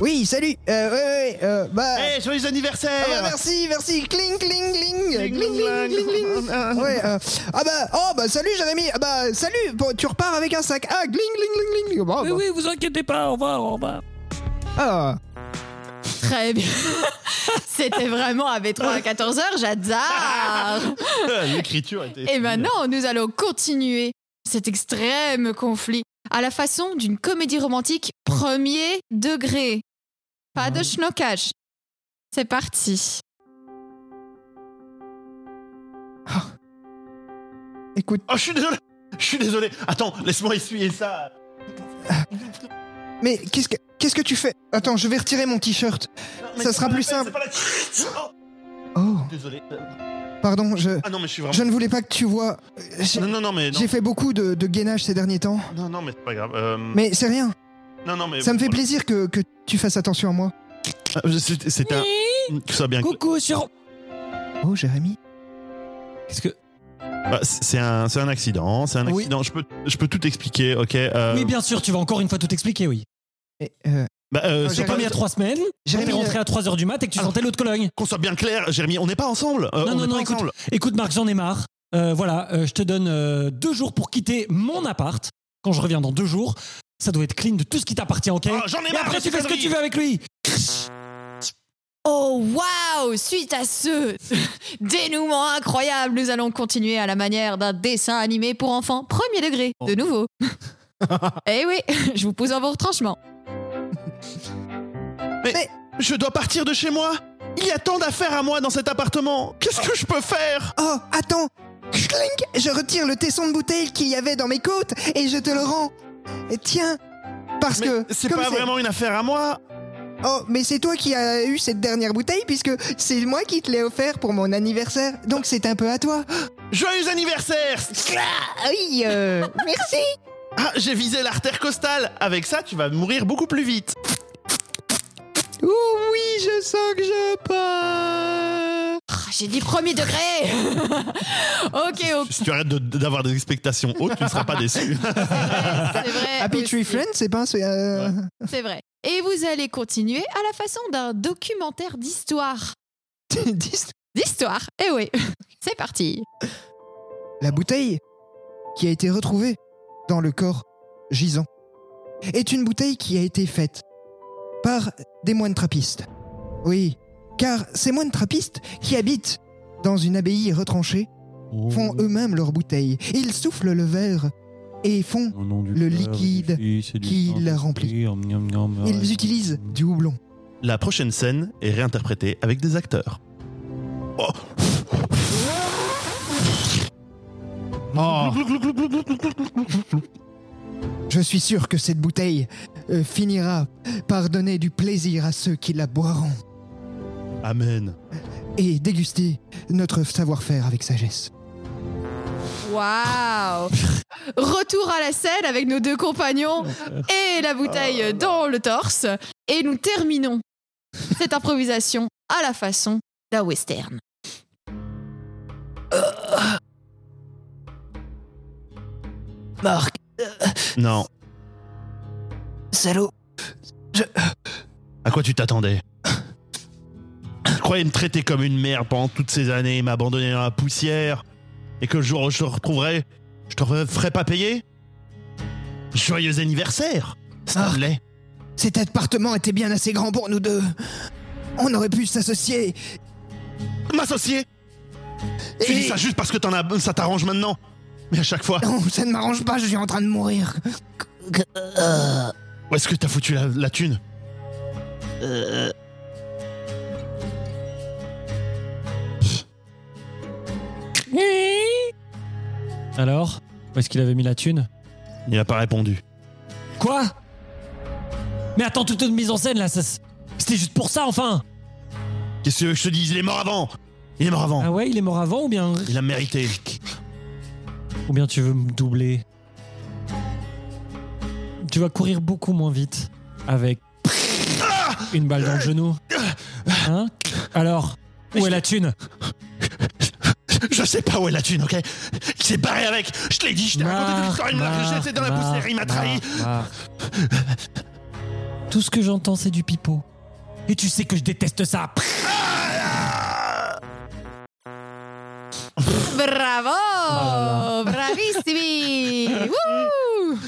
[SPEAKER 4] Oui, salut Euh, ouais, ouais, euh, bah.
[SPEAKER 1] Eh, joyeux
[SPEAKER 4] Ah bah,
[SPEAKER 1] anniversaire
[SPEAKER 4] merci, merci, cling, cling, cling,
[SPEAKER 1] Cling,
[SPEAKER 4] cling, cling,
[SPEAKER 1] clang.
[SPEAKER 4] cling, cling. Ouais, euh, ah bah, oh bah salut Jérémy, ah bah salut, bon, tu repars avec un sac, ah gling gling gling gling, Bon,
[SPEAKER 3] Oui,
[SPEAKER 4] bon.
[SPEAKER 3] oui, vous inquiétez pas, au revoir, au revoir.
[SPEAKER 4] Oh, bah, Ah.
[SPEAKER 2] Très bien C'était vraiment AB3 à 14h, j'adore
[SPEAKER 1] L'écriture était.
[SPEAKER 2] Et maintenant, nous allons continuer cet extrême conflit à la façon d'une comédie romantique premier degré. Pas de schnockage. C'est parti.
[SPEAKER 4] Écoute,
[SPEAKER 1] Oh, je suis désolé. Je suis désolé. Attends, laisse-moi essuyer ça.
[SPEAKER 4] mais qu'est-ce que qu'est-ce que tu fais Attends, je vais retirer mon t-shirt.
[SPEAKER 1] Non, mais
[SPEAKER 4] Ça
[SPEAKER 1] c'est
[SPEAKER 4] sera
[SPEAKER 1] pas
[SPEAKER 4] plus
[SPEAKER 1] la peine, c'est pas la- Oh,
[SPEAKER 4] Oh,
[SPEAKER 1] désolé.
[SPEAKER 4] pardon, je
[SPEAKER 1] Ah non, mais je suis
[SPEAKER 4] je
[SPEAKER 1] vraiment.
[SPEAKER 4] ne voulais pas que tu vois. J'ai
[SPEAKER 1] Non, non, non, mais. Non,
[SPEAKER 4] j'ai fait beaucoup de, de gainage ces derniers temps,
[SPEAKER 1] non, non, mais c'est pas grave. Euh,
[SPEAKER 4] mais c'est rien.
[SPEAKER 1] Non, non, mais.
[SPEAKER 4] Ça me fait
[SPEAKER 1] voilà.
[SPEAKER 4] plaisir que, que tu fasses attention à moi.
[SPEAKER 1] Ah, C'était c'était un. Que ça soit bien.
[SPEAKER 3] Coucou sur.
[SPEAKER 4] Oh, Jérémy.
[SPEAKER 3] Qu'est-ce que.
[SPEAKER 1] Bah, c'est un, c'est un accident. C'est un
[SPEAKER 3] Oui.
[SPEAKER 1] accident. Je peux, je peux tout expliquer. Ok. euh,
[SPEAKER 3] Oui, bien sûr, tu vas encore une fois tout expliquer, oui.
[SPEAKER 4] Mais, euh,
[SPEAKER 1] bah, euh,
[SPEAKER 4] Ah,
[SPEAKER 1] c'est
[SPEAKER 3] J'ai
[SPEAKER 4] Jérémy-
[SPEAKER 3] pas mis à trois semaines, t'es
[SPEAKER 4] Jérémy,
[SPEAKER 1] euh,
[SPEAKER 3] rentré à 3h du mat et que tu
[SPEAKER 1] Alors-
[SPEAKER 3] sentais l'eau de Cologne.
[SPEAKER 1] Qu'on soit bien clair, Jérémy, on n'est pas ensemble. Euh,
[SPEAKER 3] Non,
[SPEAKER 1] on
[SPEAKER 3] non,
[SPEAKER 1] n'est
[SPEAKER 3] non,
[SPEAKER 1] pas
[SPEAKER 3] écoute.
[SPEAKER 1] ensemble.
[SPEAKER 3] Écoute, Marc, j'en ai marre. Euh, voilà, euh, je te donne euh, deux jours pour quitter mon appart. Quand je reviens dans deux jours, ça doit être clean de tout ce qui t'appartient, ok
[SPEAKER 1] Ah, J'en ai
[SPEAKER 3] Et
[SPEAKER 1] marre.
[SPEAKER 3] après,
[SPEAKER 1] de ces
[SPEAKER 3] tu fais ce que
[SPEAKER 1] conneries.
[SPEAKER 3] tu veux avec lui.
[SPEAKER 2] Oh waouh Suite à ce dénouement incroyable, nous allons continuer à la manière d'un dessin animé pour enfants premier degré,
[SPEAKER 4] Oh.
[SPEAKER 2] de nouveau. eh oui, je vous pose en vos retranchements.
[SPEAKER 1] Je dois partir de chez moi. Il y a tant d'affaires à moi dans cet appartement. Qu'est-ce que je peux faire
[SPEAKER 4] Oh, attends Schlink Je retire le tesson de bouteille qu'il y avait dans mes côtes et je te le rends. Et tiens Parce
[SPEAKER 1] Mais
[SPEAKER 4] que...
[SPEAKER 1] c'est
[SPEAKER 4] comme
[SPEAKER 1] pas vraiment une affaire à moi.
[SPEAKER 4] Oh, mais c'est toi qui as eu cette dernière bouteille puisque c'est moi qui te l'ai offert pour mon anniversaire. Donc c'est un peu à toi.
[SPEAKER 1] Joyeux anniversaire
[SPEAKER 4] Ah oui, euh, merci
[SPEAKER 1] Ah, j'ai visé l'artère costale. Avec ça, tu vas mourir beaucoup plus vite.
[SPEAKER 4] Oh oui, je sens que je pars
[SPEAKER 2] Ah, J'ai dit premier degré Ok, ok,
[SPEAKER 1] Si tu arrêtes de- d'avoir des expectations hautes, tu ne seras pas déçu.
[SPEAKER 2] Eh, c'est vrai.
[SPEAKER 4] Happy
[SPEAKER 2] aussi.
[SPEAKER 4] Tree Friends, c'est pas un... c'est, euh,
[SPEAKER 2] C'est vrai. Et vous allez continuer à la façon d'un documentaire d'histoire.
[SPEAKER 4] dis-
[SPEAKER 2] D'histoire Eh oui, c'est parti.
[SPEAKER 4] La bouteille qui a été retrouvée dans le corps gisant est une bouteille qui a été faite par des moines trappistes. Oui, car ces moines trappistes qui habitent dans une abbaye retranchée font eux-mêmes leurs bouteilles. Ils soufflent le verre et font... le liquide qui la remplit. Ils utilisent du houblon.
[SPEAKER 1] La prochaine scène est réinterprétée avec des acteurs. Oh.
[SPEAKER 4] Je suis sûr que cette bouteille euh, finira par donner du plaisir à ceux qui la boiront
[SPEAKER 1] Amen.
[SPEAKER 4] et déguster notre savoir-faire avec sagesse.
[SPEAKER 2] Waouh Retour à la scène avec nos deux compagnons et la
[SPEAKER 3] Oh
[SPEAKER 2] bouteille dans le torse. Et nous terminons cette improvisation à la façon d'un western.
[SPEAKER 4] Marc,
[SPEAKER 1] Non.
[SPEAKER 4] salaud,
[SPEAKER 1] À quoi tu t'attendais Je croyais me traiter comme une merde pendant toutes ces années, m'abandonner dans la poussière, et que le jour où je te retrouverai, je te re- ferai pas payer Joyeux anniversaire,
[SPEAKER 3] Ah.
[SPEAKER 1] Stanley.
[SPEAKER 4] cet appartement était bien assez grand pour nous deux. On aurait pu s'associer.
[SPEAKER 1] M'associer Tu dis
[SPEAKER 4] et-
[SPEAKER 1] ça juste parce que t'en as, ça t'arrange maintenant. Mais à chaque fois,
[SPEAKER 4] Non, ça ne m'arrange pas, je suis en train de mourir.
[SPEAKER 1] où est-ce que t'as foutu la, la thune
[SPEAKER 3] Alors Où est-ce qu'il avait mis la thune
[SPEAKER 1] Il a pas répondu.
[SPEAKER 3] Quoi Mais attends, toute une mise en scène là, ça s- c'était juste pour ça enfin
[SPEAKER 1] Qu'est-ce que tu veux que je te dise Il est mort avant Il est mort avant
[SPEAKER 3] Ah ouais, il est mort avant ou bien
[SPEAKER 1] Il a mérité.
[SPEAKER 3] Ou bien tu veux me doubler Tu vas courir beaucoup moins vite avec
[SPEAKER 1] Ah
[SPEAKER 3] une balle dans le genou. Hein Alors, où est la thune
[SPEAKER 1] Je sais pas où est la thune, ok Il s'est barré avec Je te l'ai dit, je t'ai
[SPEAKER 3] Bah,
[SPEAKER 1] raconté toute l'histoire, il m'a
[SPEAKER 3] Marc,
[SPEAKER 1] rejeté dans la
[SPEAKER 3] Marc,
[SPEAKER 1] poussière, il m'a trahi
[SPEAKER 3] Marc, Marc. Tout ce que j'entends, c'est du pipeau. Et tu sais que je déteste ça. Oh
[SPEAKER 2] Bravo Bravissimi Wouh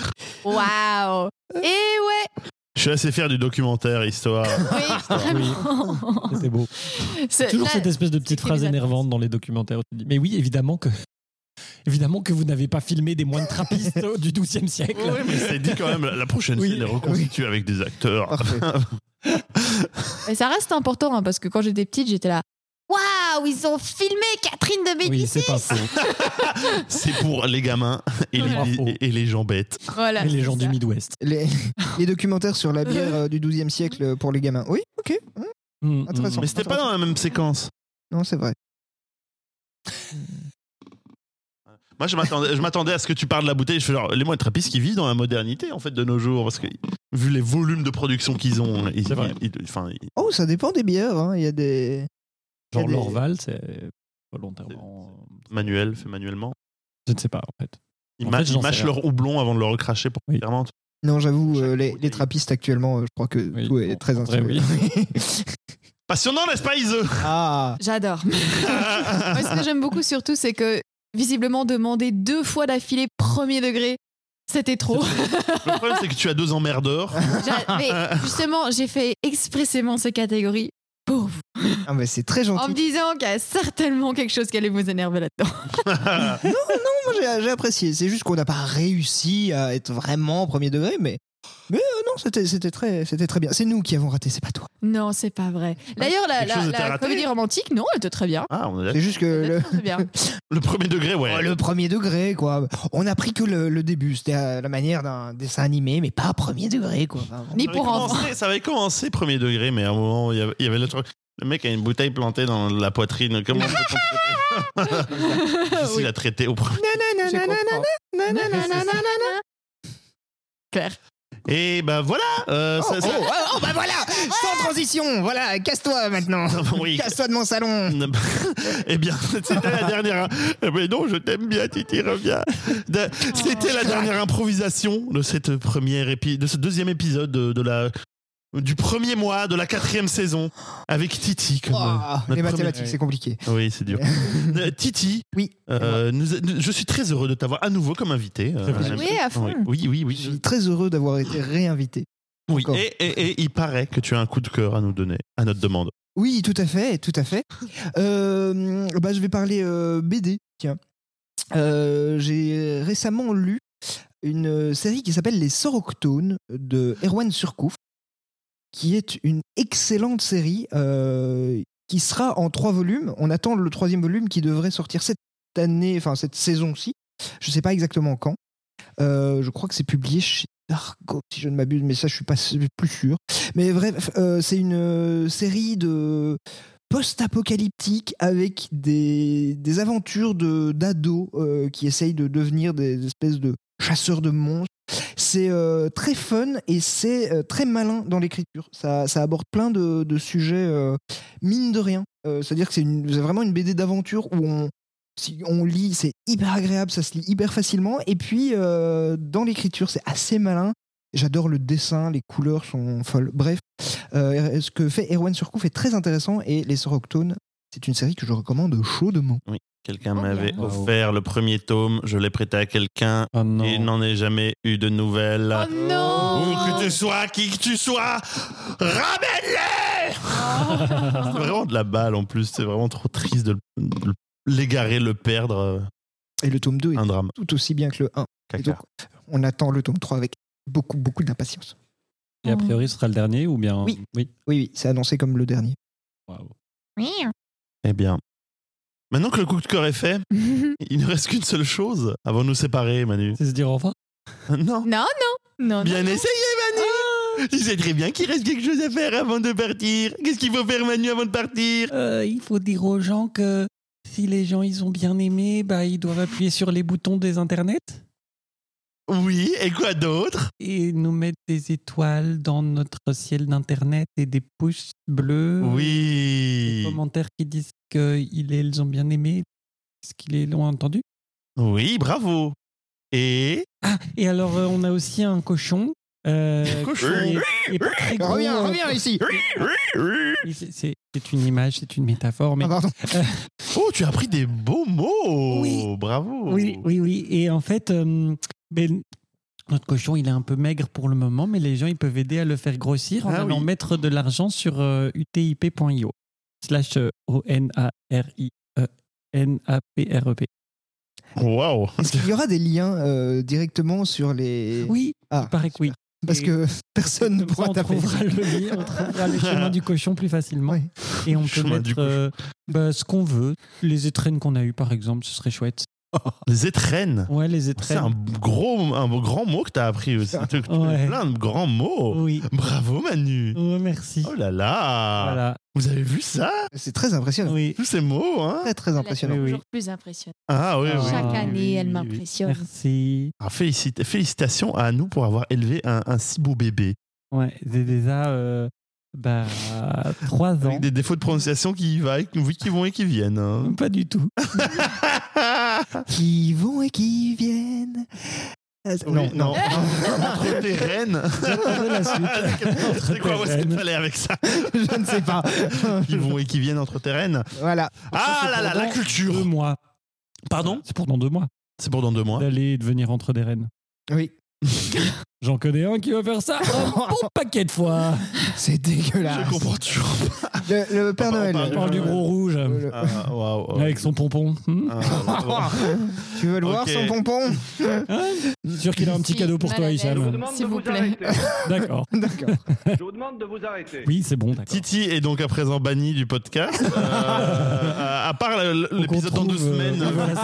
[SPEAKER 2] Waouh Et ouais
[SPEAKER 1] Je suis assez fier du documentaire, histoire.
[SPEAKER 2] Oui, vraiment.
[SPEAKER 3] C'était beau.
[SPEAKER 2] C'est-
[SPEAKER 3] Toujours
[SPEAKER 2] là-
[SPEAKER 3] cette espèce de petite
[SPEAKER 2] c'est
[SPEAKER 3] phrase
[SPEAKER 2] bizarre.
[SPEAKER 3] énervante dans les documentaires. où tu dis, mais oui, évidemment que. Évidemment que vous n'avez pas filmé des moines trappistes du XIIe siècle.
[SPEAKER 1] Oui, mais c'est dit quand même, la prochaine
[SPEAKER 3] Oui.
[SPEAKER 1] scène est reconstituée avec des acteurs.
[SPEAKER 4] Parfait.
[SPEAKER 2] Mais ça reste important hein, parce que quand j'étais petite, j'étais là.
[SPEAKER 6] Waouh, ils ont filmé Catherine de
[SPEAKER 3] Oui,
[SPEAKER 6] Médicis
[SPEAKER 3] c'est pas faux.
[SPEAKER 1] C'est pour les gamins et
[SPEAKER 3] Bravo.
[SPEAKER 1] les, et les gens bêtes.
[SPEAKER 2] Voilà.
[SPEAKER 3] Mais les gens
[SPEAKER 2] c'est
[SPEAKER 3] du
[SPEAKER 2] ça.
[SPEAKER 3] Midwest.
[SPEAKER 4] Les, les documentaires sur la bière euh, du 12e siècle pour les gamins. Oui, ok. Hmm,
[SPEAKER 3] Mm, mm.
[SPEAKER 4] Intéressant.
[SPEAKER 1] Mais c'était pas dans la même séquence.
[SPEAKER 4] Non, c'est vrai.
[SPEAKER 1] Moi, je m'attendais, je m'attendais à ce que tu parles de la bouteille. Je fais genre, les moins trappistes qui vivent dans la modernité, en fait, de nos jours. Parce que, vu les volumes de production qu'ils ont, ils,
[SPEAKER 3] C'est vrai.
[SPEAKER 1] ils- ils- enfin, ils-
[SPEAKER 4] Oh, ça dépend des bières. hein. Il y a des.
[SPEAKER 3] Genre
[SPEAKER 4] Il y
[SPEAKER 3] euh,
[SPEAKER 4] a des-
[SPEAKER 3] l'Orval, c'est volontairement.
[SPEAKER 1] manuel, fait manuellement.
[SPEAKER 3] Je ne sais pas, en fait.
[SPEAKER 1] Ils,
[SPEAKER 3] En
[SPEAKER 1] ma-
[SPEAKER 3] fait, j'en
[SPEAKER 1] ils
[SPEAKER 3] sais
[SPEAKER 1] mâchent
[SPEAKER 3] rien.
[SPEAKER 1] leur houblon avant de le recracher pour
[SPEAKER 3] Oui.
[SPEAKER 1] clairement.
[SPEAKER 4] Non, j'avoue, euh,
[SPEAKER 1] Chaque
[SPEAKER 4] les,
[SPEAKER 1] bouteille.
[SPEAKER 4] les trappistes actuellement, euh, je crois que
[SPEAKER 3] Oui,
[SPEAKER 4] tout est
[SPEAKER 3] en-
[SPEAKER 4] très
[SPEAKER 3] en vrai,
[SPEAKER 4] instruit.
[SPEAKER 1] Passionnant, n'est-ce pas, Iseux
[SPEAKER 4] ah,
[SPEAKER 2] J'adore. Moi, ce que j'aime beaucoup surtout, c'est que visiblement demander deux fois d'affilée premier degré, c'était trop.
[SPEAKER 1] Le problème, c'est que tu as deux emmerdeurs.
[SPEAKER 2] J'a- Mais justement, j'ai fait expressément ces catégories pour vous,
[SPEAKER 4] ah bah, c'est très
[SPEAKER 2] en
[SPEAKER 4] gentil.
[SPEAKER 2] me disant qu'il y a certainement quelque chose qui allait vous énerver là-dedans.
[SPEAKER 4] Moi, j'ai- j'ai apprécié. C'est juste qu'on n'a pas réussi à être vraiment au premier degré, mais. Mais euh, non, c'était c'était très, c'était très bien. C'est nous qui avons raté, c'est pas toi.
[SPEAKER 2] Non, c'est pas vrai. D'ailleurs,
[SPEAKER 1] Bah,
[SPEAKER 2] la,
[SPEAKER 1] Quelque
[SPEAKER 2] la-
[SPEAKER 1] chose était
[SPEAKER 2] la
[SPEAKER 1] raté.
[SPEAKER 2] comédie romantique, non, elle était très bien.
[SPEAKER 1] Ah, on est
[SPEAKER 4] C'est
[SPEAKER 1] d'accord.
[SPEAKER 4] juste que le,
[SPEAKER 2] Très bien.
[SPEAKER 1] le premier degré, ouais.
[SPEAKER 4] oh, le premier degré, quoi. On a pris que le, le début. C'était à la manière d'un dessin animé, mais pas premier degré, quoi. Enfin,
[SPEAKER 2] Ni
[SPEAKER 1] Ça avait
[SPEAKER 2] pour enfants.
[SPEAKER 1] commencé- Ça avait commencé premier degré, mais à un moment, il y avait, il y avait le truc. Le mec a une bouteille plantée dans la poitrine. Comment peut-on traiter Difficile
[SPEAKER 2] Oui.
[SPEAKER 1] à traiter au premier.
[SPEAKER 3] Je comprends.
[SPEAKER 2] Claire.
[SPEAKER 1] Et ben voilà euh,
[SPEAKER 4] Oh,
[SPEAKER 1] ça- ça-
[SPEAKER 4] oh, oh, oh, bah voilà Sans transition Voilà, casse-toi maintenant
[SPEAKER 2] Oh,
[SPEAKER 1] Oui.
[SPEAKER 4] Casse-toi de mon salon
[SPEAKER 1] Eh bien, c'était la dernière. Eh ben non, je t'aime bien, Titi, reviens. De- C'était la dernière improvisation de cette première épi- de ce deuxième épisode de, de la du premier mois de la quatrième saison avec Titi. Comme, euh,
[SPEAKER 4] Oh,
[SPEAKER 1] notre
[SPEAKER 4] Les mathématiques,
[SPEAKER 3] premier-
[SPEAKER 4] c'est compliqué.
[SPEAKER 2] Oh.
[SPEAKER 1] Oui, c'est dur. Euh, Titi,
[SPEAKER 4] Oui.
[SPEAKER 1] euh, nous- nous- je suis très heureux de t'avoir à nouveau comme invité. euh,
[SPEAKER 3] C'est vrai.
[SPEAKER 1] Madame
[SPEAKER 2] Oui,
[SPEAKER 1] Titi.
[SPEAKER 2] à fond.
[SPEAKER 1] Oui, oui, oui.
[SPEAKER 4] Je
[SPEAKER 1] oui.
[SPEAKER 4] suis très heureux d'avoir été réinvité.
[SPEAKER 1] Oui,
[SPEAKER 4] Encore.
[SPEAKER 1] Et, et- et il paraît que tu as un coup de cœur à nous donner, à notre demande.
[SPEAKER 4] Oui, tout à fait, tout à fait. Euh, bah, je vais parler euh, BD, tiens. Euh, J'ai récemment lu une série qui s'appelle Les Soroctones de Erwan Surcouf, qui est une excellente série euh, qui sera en trois volumes. On attend le troisième volume qui devrait sortir cette année, enfin cette saison-ci. Je ne sais pas exactement quand. Euh, je crois que c'est publié chez Dargo, si je ne m'abuse, mais ça, je suis pas s- plus sûr. Mais bref, euh, c'est une euh, série de post-apocalyptique avec des, des aventures de d'ados euh, qui essayent de devenir des espèces de chasseurs de monstres. C'est euh, très fun et c'est euh, très malin dans l'écriture. Ça, ça aborde plein de, de sujets euh, mine de rien. Euh, C'est-à-dire que c'est une- c'est vraiment une BD d'aventure où on, si on lit, c'est hyper agréable, ça se lit hyper facilement. Et puis, euh, dans l'écriture, c'est assez malin. J'adore le dessin, les couleurs sont folles. Bref, euh, ce que fait Erwan Surcouf est très intéressant et Les Soroctones, c'est une série que je recommande chaudement.
[SPEAKER 1] Quelqu'un
[SPEAKER 2] Oh,
[SPEAKER 1] m'avait
[SPEAKER 2] bien.
[SPEAKER 1] offert le premier tome, je l'ai prêté à quelqu'un
[SPEAKER 7] Ah non.
[SPEAKER 1] et n'en ai jamais eu de nouvelles.
[SPEAKER 2] Oh
[SPEAKER 1] Où que
[SPEAKER 2] non
[SPEAKER 1] tu sois, qui que tu sois, ramène-les
[SPEAKER 4] Ah.
[SPEAKER 1] C'est vraiment de la balle en plus, c'est vraiment trop triste de le- de l'égarer, le perdre. euh,
[SPEAKER 4] Et le tome 2 est
[SPEAKER 3] Ah
[SPEAKER 1] Un drame.
[SPEAKER 4] tout aussi bien que le 1. Et
[SPEAKER 1] Caca.
[SPEAKER 4] donc, on attend le tome 3 avec beaucoup, beaucoup d'impatience.
[SPEAKER 7] Et a priori, ce sera le dernier ou bien.
[SPEAKER 4] Oui. Oui, oui, c'est annoncé comme le dernier.
[SPEAKER 7] Waouh.
[SPEAKER 1] Eh bien. Maintenant que le coup de cœur est fait, il ne reste qu'une seule chose avant de nous séparer, Manu.
[SPEAKER 3] C'est se dire au revoir.
[SPEAKER 1] Non.
[SPEAKER 2] Non, non. Non, non.
[SPEAKER 1] Bien essayé,
[SPEAKER 3] Ah.
[SPEAKER 1] Manu Tu sais très bien qu'il reste quelque chose à faire avant de partir. Qu'est-ce qu'il faut faire, Manu, avant de partir
[SPEAKER 3] Euh, il faut dire aux gens que si les gens ils ont bien aimé, bah, ils doivent appuyer sur les boutons des internets
[SPEAKER 1] Oui, et quoi d'autre
[SPEAKER 3] et nous mettre des étoiles dans notre ciel d'internet et des pouces bleus. Des
[SPEAKER 1] Oui.
[SPEAKER 3] commentaires qui disent qu'ils ils ont bien aimé. Est-ce qu'ils l'ont entendu
[SPEAKER 1] Oui, bravo. Et...
[SPEAKER 3] Ah, et alors euh, on a aussi un cochon. euh,
[SPEAKER 1] Cochon.
[SPEAKER 3] qui est- est pas très gros,
[SPEAKER 4] Reviens,
[SPEAKER 3] euh,
[SPEAKER 4] reviens ici
[SPEAKER 3] oui, c'est- C'est c'est une image, c'est une métaphore, mais
[SPEAKER 4] Ah, pardon.
[SPEAKER 1] Oh, tu as appris des beaux mots
[SPEAKER 3] Oui.
[SPEAKER 1] Bravo
[SPEAKER 3] Oui, oui, oui. Et en fait, euh, ben, notre cochon, il est un peu maigre pour le moment, mais les gens, ils peuvent aider à le faire grossir en
[SPEAKER 1] Ah
[SPEAKER 3] allant
[SPEAKER 1] oui.
[SPEAKER 3] mettre de l'argent sur euh, utip.io slash euh, E O-N-A-R-I-E-N-A-P-R-E-P.
[SPEAKER 1] Waouh
[SPEAKER 4] Est-ce qu'il y aura des liens euh, directement sur les.
[SPEAKER 3] Oui,
[SPEAKER 4] Ah,
[SPEAKER 3] il paraît que oui.
[SPEAKER 4] parce
[SPEAKER 3] Et-
[SPEAKER 4] que personne ne
[SPEAKER 3] Comme ça,
[SPEAKER 4] pourra
[SPEAKER 3] on
[SPEAKER 4] taper.
[SPEAKER 3] trouvera le lit, on trouvera le chemin du cochon plus facilement.
[SPEAKER 4] Oui.
[SPEAKER 3] Et on peut
[SPEAKER 1] Chemin du
[SPEAKER 3] mettre
[SPEAKER 1] cochon.
[SPEAKER 3] euh, bah, ce qu'on veut. Les étrennes qu'on a eues, par exemple, ce serait chouette.
[SPEAKER 1] Les étrennes.
[SPEAKER 3] Ouais, les
[SPEAKER 1] Oh, C'est
[SPEAKER 3] étrennes.
[SPEAKER 1] un gros, un grand mot que t'as appris aussi. Tu- tu-
[SPEAKER 3] Ouais.
[SPEAKER 1] Plein de grands mots.
[SPEAKER 3] Oui.
[SPEAKER 1] Bravo Manu.
[SPEAKER 3] Ouais, merci.
[SPEAKER 1] Oh là là.
[SPEAKER 3] Voilà.
[SPEAKER 1] Vous avez vu ça
[SPEAKER 4] C'est très impressionnant.
[SPEAKER 3] Oui.
[SPEAKER 1] Tous ces mots, hein
[SPEAKER 4] Très, très impressionnant.
[SPEAKER 3] Oui, oui.
[SPEAKER 2] Toujours plus impressionnante.
[SPEAKER 1] Ah oui,
[SPEAKER 3] Ah.
[SPEAKER 1] oui.
[SPEAKER 2] Chaque
[SPEAKER 3] oui,
[SPEAKER 2] année,
[SPEAKER 1] oui,
[SPEAKER 2] elle
[SPEAKER 1] oui, oui.
[SPEAKER 2] m'impressionne.
[SPEAKER 3] Merci.
[SPEAKER 1] Ah, félicit- félicitations à nous pour avoir élevé un, un si beau bébé.
[SPEAKER 3] Ouais, c'est déjà euh, bah, 3 ans.
[SPEAKER 1] Avec des défauts de prononciation qui, y va, et- oui, qui vont et qui viennent. hein.
[SPEAKER 3] Pas du tout.
[SPEAKER 4] Qui vont et qui viennent. Ah, c'est-
[SPEAKER 1] Oui,
[SPEAKER 4] non, non.
[SPEAKER 1] Entre tes reines.
[SPEAKER 3] J'attendais la
[SPEAKER 1] Ah,
[SPEAKER 3] suite.
[SPEAKER 1] C'est quoi, où est-ce que
[SPEAKER 3] reines.
[SPEAKER 1] tu allais avec ça
[SPEAKER 4] je ne sais pas.
[SPEAKER 1] Qui vont et qui viennent entre tes reines.
[SPEAKER 4] voilà.
[SPEAKER 1] Ah
[SPEAKER 3] c'est
[SPEAKER 1] là
[SPEAKER 3] pour
[SPEAKER 1] là, la
[SPEAKER 3] dans
[SPEAKER 1] culture
[SPEAKER 3] Deux mois.
[SPEAKER 1] Pardon
[SPEAKER 3] C'est pour dans deux mois
[SPEAKER 1] C'est pour dans deux mois.
[SPEAKER 3] d'aller et de venir entre des rennes.
[SPEAKER 4] Oui.
[SPEAKER 3] J'en connais un qui va faire ça un bon paquet de fois.
[SPEAKER 4] C'est dégueulasse.
[SPEAKER 1] Je comprends toujours.
[SPEAKER 4] Le, le Père
[SPEAKER 1] On parle- on
[SPEAKER 4] Noël.
[SPEAKER 1] parle
[SPEAKER 3] On parle du gros rouge
[SPEAKER 4] Le- le-
[SPEAKER 1] Ah, waouh, ouais.
[SPEAKER 3] avec son pompon. Hmm
[SPEAKER 1] Ah, là, là, bon.
[SPEAKER 4] Tu veux le voir,
[SPEAKER 1] Ok.
[SPEAKER 4] son pompon
[SPEAKER 1] Ah.
[SPEAKER 3] Je suis sûr qu'il a un petit
[SPEAKER 2] Si,
[SPEAKER 3] cadeau pour toi,
[SPEAKER 2] mal à
[SPEAKER 5] Je vous
[SPEAKER 3] Hicham.
[SPEAKER 5] demande
[SPEAKER 2] S'il
[SPEAKER 5] de
[SPEAKER 2] vous
[SPEAKER 5] vous
[SPEAKER 2] plaît.
[SPEAKER 5] arrêter.
[SPEAKER 3] D'accord.
[SPEAKER 4] D'accord.
[SPEAKER 5] Je vous demande de vous arrêter.
[SPEAKER 3] Oui, c'est bon, d'accord.
[SPEAKER 1] Titi est donc à présent banni du podcast. Euh, à à part la- la-
[SPEAKER 3] Faut qu'on
[SPEAKER 1] l'épisode dans deux
[SPEAKER 3] trouve, euh,
[SPEAKER 1] semaines,
[SPEAKER 3] oui, voilà,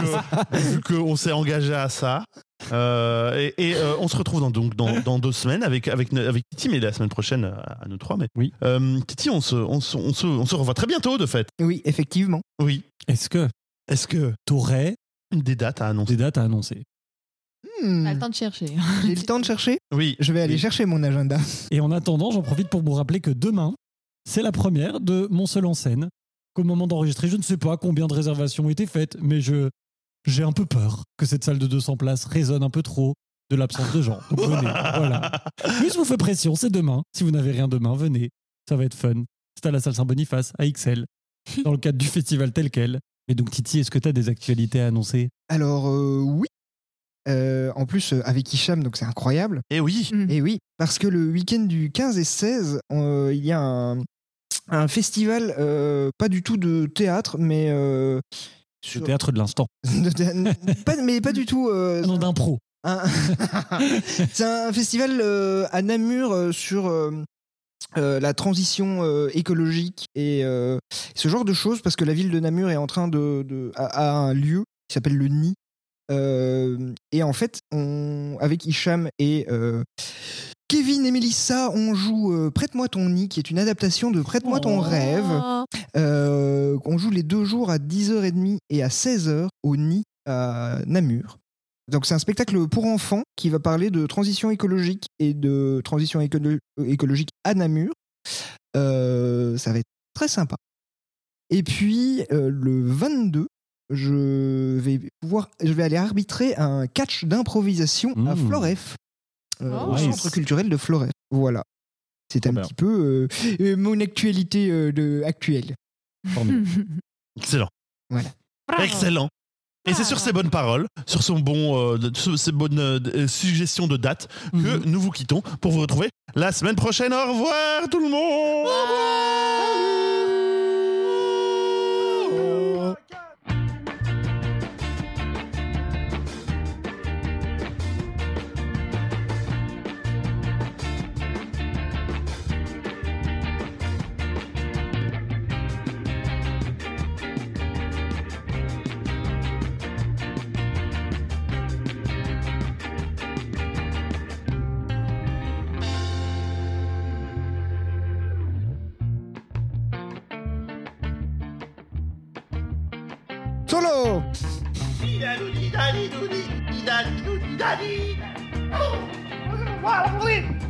[SPEAKER 1] vu que- vu qu'on s'est engagé à ça. Euh, et et, euh, on se retrouve dans, donc dans, dans deux semaines avec, avec, ne- avec Titi, mais la semaine prochaine à, à nous trois. Mais,
[SPEAKER 3] Oui.
[SPEAKER 1] Euh, Titi, on se, on, se, on, se, on se revoit très bientôt, de fait.
[SPEAKER 4] Oui, effectivement.
[SPEAKER 1] Oui.
[SPEAKER 3] Est-ce que
[SPEAKER 1] Est-ce que
[SPEAKER 3] t'aurais
[SPEAKER 1] des dates à annoncer
[SPEAKER 3] des dates à annoncer
[SPEAKER 4] Hmm,
[SPEAKER 2] Pas le temps de chercher. hein.
[SPEAKER 4] J'ai le temps de chercher.
[SPEAKER 1] Oui.
[SPEAKER 4] Je vais aller
[SPEAKER 1] Oui.
[SPEAKER 4] chercher mon agenda.
[SPEAKER 3] Et en attendant, j'en profite pour vous rappeler que demain, c'est la première de Mon seul en scène. Qu'au moment d'enregistrer, je ne sais pas combien de réservations ont été faites, mais je j'ai un peu peur que cette salle de 200 places résonne un peu trop de l'absence de gens. Donc venez, voilà. Mais je vous fais pression, c'est demain. Si vous n'avez rien demain, venez. Ça va être fun. C'est à la salle Saint-Boniface, à XL, dans le cadre du festival tel quel. Mais donc, Titi, est-ce que tu as des actualités à annoncer
[SPEAKER 4] Alors, euh, oui. Euh, en plus, euh, avec Hicham, donc c'est incroyable.
[SPEAKER 1] Et oui.
[SPEAKER 2] Hmm.
[SPEAKER 4] Et oui, parce que le week-end du 15 et 16, euh, il y a un, un festival, euh, pas du tout de théâtre, mais. euh,
[SPEAKER 3] Le
[SPEAKER 4] sur-
[SPEAKER 3] théâtre de l'instant.
[SPEAKER 4] de thé- pas, mais pas du tout. euh,
[SPEAKER 3] Ah Non, d'impro.
[SPEAKER 4] un- c'est un festival euh, à Namur euh, sur euh, euh, la transition euh, écologique et euh, ce genre de choses, parce que la ville de Namur est en train de. de- a, a un lieu qui s'appelle le Nid. Euh, et en fait, on, avec Hicham et euh, Kevin et Mélissa, on joue euh, Prête-moi ton nid, qui est une adaptation de Prête-moi ton
[SPEAKER 3] Oh.
[SPEAKER 4] rêve. Euh, on joue les deux jours à 10h30 et à 16h au Nid à Namur. Donc c'est un spectacle pour enfants qui va parler de transition écologique et de transition écolo- écologique à Namur. Euh, ça va être très sympa. Et puis euh, le 22, je vais pouvoir, je vais aller arbitrer un catch d'improvisation à
[SPEAKER 3] Mmh.
[SPEAKER 4] Floref, euh, au
[SPEAKER 2] Nice.
[SPEAKER 4] centre culturel de Floref. Voilà. C'est
[SPEAKER 3] Trop
[SPEAKER 4] un
[SPEAKER 3] bien.
[SPEAKER 4] petit peu euh, euh, mon actualité euh, de, actuelle.
[SPEAKER 3] Formidable.
[SPEAKER 1] Excellent.
[SPEAKER 4] Voilà.
[SPEAKER 1] Excellent. Et c'est sur ces bonnes paroles, sur son bon, euh, de- sur ces bonnes euh, de- euh, suggestions de dates que nous vous quittons pour vous retrouver la semaine prochaine. Au revoir tout le monde.
[SPEAKER 4] Solo
[SPEAKER 5] Didalou, didali, douli, didalou, didali. Oh, voilà, oui.